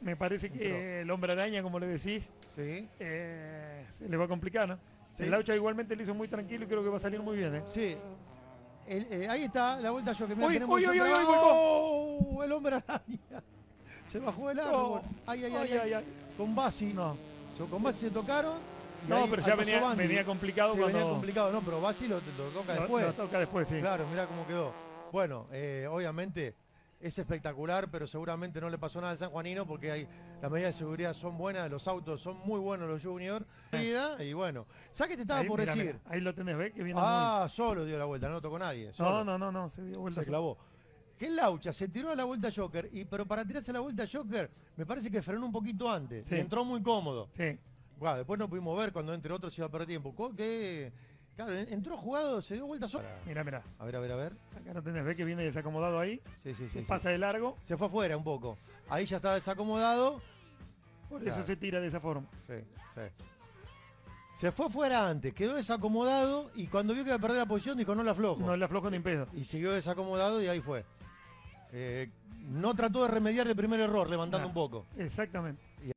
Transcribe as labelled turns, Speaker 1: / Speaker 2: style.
Speaker 1: Me parece que
Speaker 2: Entró.
Speaker 1: eh, el hombre araña, como le decís,
Speaker 2: Sí.
Speaker 1: eh, se le va a complicar, ¿no?
Speaker 2: Sí.
Speaker 1: El Laucha igualmente le hizo muy tranquilo y creo que va a salir muy bien, ¿eh?
Speaker 2: Sí. El- eh, ahí está la vuelta yo que me
Speaker 1: Uy,
Speaker 2: tenemos
Speaker 1: uy, uy,
Speaker 2: siempre-
Speaker 1: uy, uy,
Speaker 2: ¡Oh! el hombre araña. Se bajó el árbol.
Speaker 1: No.
Speaker 2: Ay, ay, ay,
Speaker 1: Oh. Ay,
Speaker 2: ay.
Speaker 1: ay, ay.
Speaker 2: Con Basi.
Speaker 1: No,
Speaker 2: So- Con Basi se tocaron. y
Speaker 1: No,
Speaker 2: ahí
Speaker 1: pero ya
Speaker 2: pasó
Speaker 1: venía-
Speaker 2: Bandi.
Speaker 1: venía complicado
Speaker 2: Sí,
Speaker 1: cuando-
Speaker 2: venía complicado, no, pero Basi lo, lo toca
Speaker 1: lo-
Speaker 2: después.
Speaker 1: lo toca después, sí.
Speaker 2: Claro, mirá cómo quedó. Bueno, eh, obviamente es espectacular, pero seguramente no le pasó nada al San Juanino porque hay, las medidas de seguridad son buenas, los autos son muy buenos los juniors. Y bueno, ¿sabes qué te estaba
Speaker 1: Ahí,
Speaker 2: por
Speaker 1: mira,
Speaker 2: decir?
Speaker 1: mira, ahí lo tenés, ¿ves? Que viene
Speaker 2: Ah, solo dio la vuelta, no tocó nadie.
Speaker 1: muy... No,
Speaker 2: solo.
Speaker 1: no, no, no, se dio vuelta.
Speaker 2: Se clavó. Que el Laucha se tiró a la vuelta Joker, y, pero para tirarse a la vuelta Joker, me parece que frenó un poquito antes.
Speaker 1: Sí.
Speaker 2: y entró muy cómodo.
Speaker 1: Sí.
Speaker 2: Bueno, después no pudimos ver cuando entre otros iba a perder tiempo. Co- Que, claro, en- entró jugado, se dio vuelta sola.
Speaker 1: Mira, mira.
Speaker 2: A ver, a ver, a ver.
Speaker 1: Acá lo tenés, ¿ves? Que viene desacomodado ahí.
Speaker 2: Sí, sí, sí.
Speaker 1: Se
Speaker 2: sí.
Speaker 1: pasa de largo.
Speaker 2: Se fue afuera un poco. Ahí ya estaba desacomodado.
Speaker 1: Por
Speaker 2: Claro.
Speaker 1: eso se tira de esa forma.
Speaker 2: Sí, sí. Se fue afuera antes, quedó desacomodado y cuando vio que iba a perder la posición dijo no la aflojo.
Speaker 1: No le aflojo ni en pedo.
Speaker 2: y siguió desacomodado y ahí fue. Eh, no trató de remediar el primer error, levantando
Speaker 1: No.
Speaker 2: un poco.
Speaker 1: Exactamente.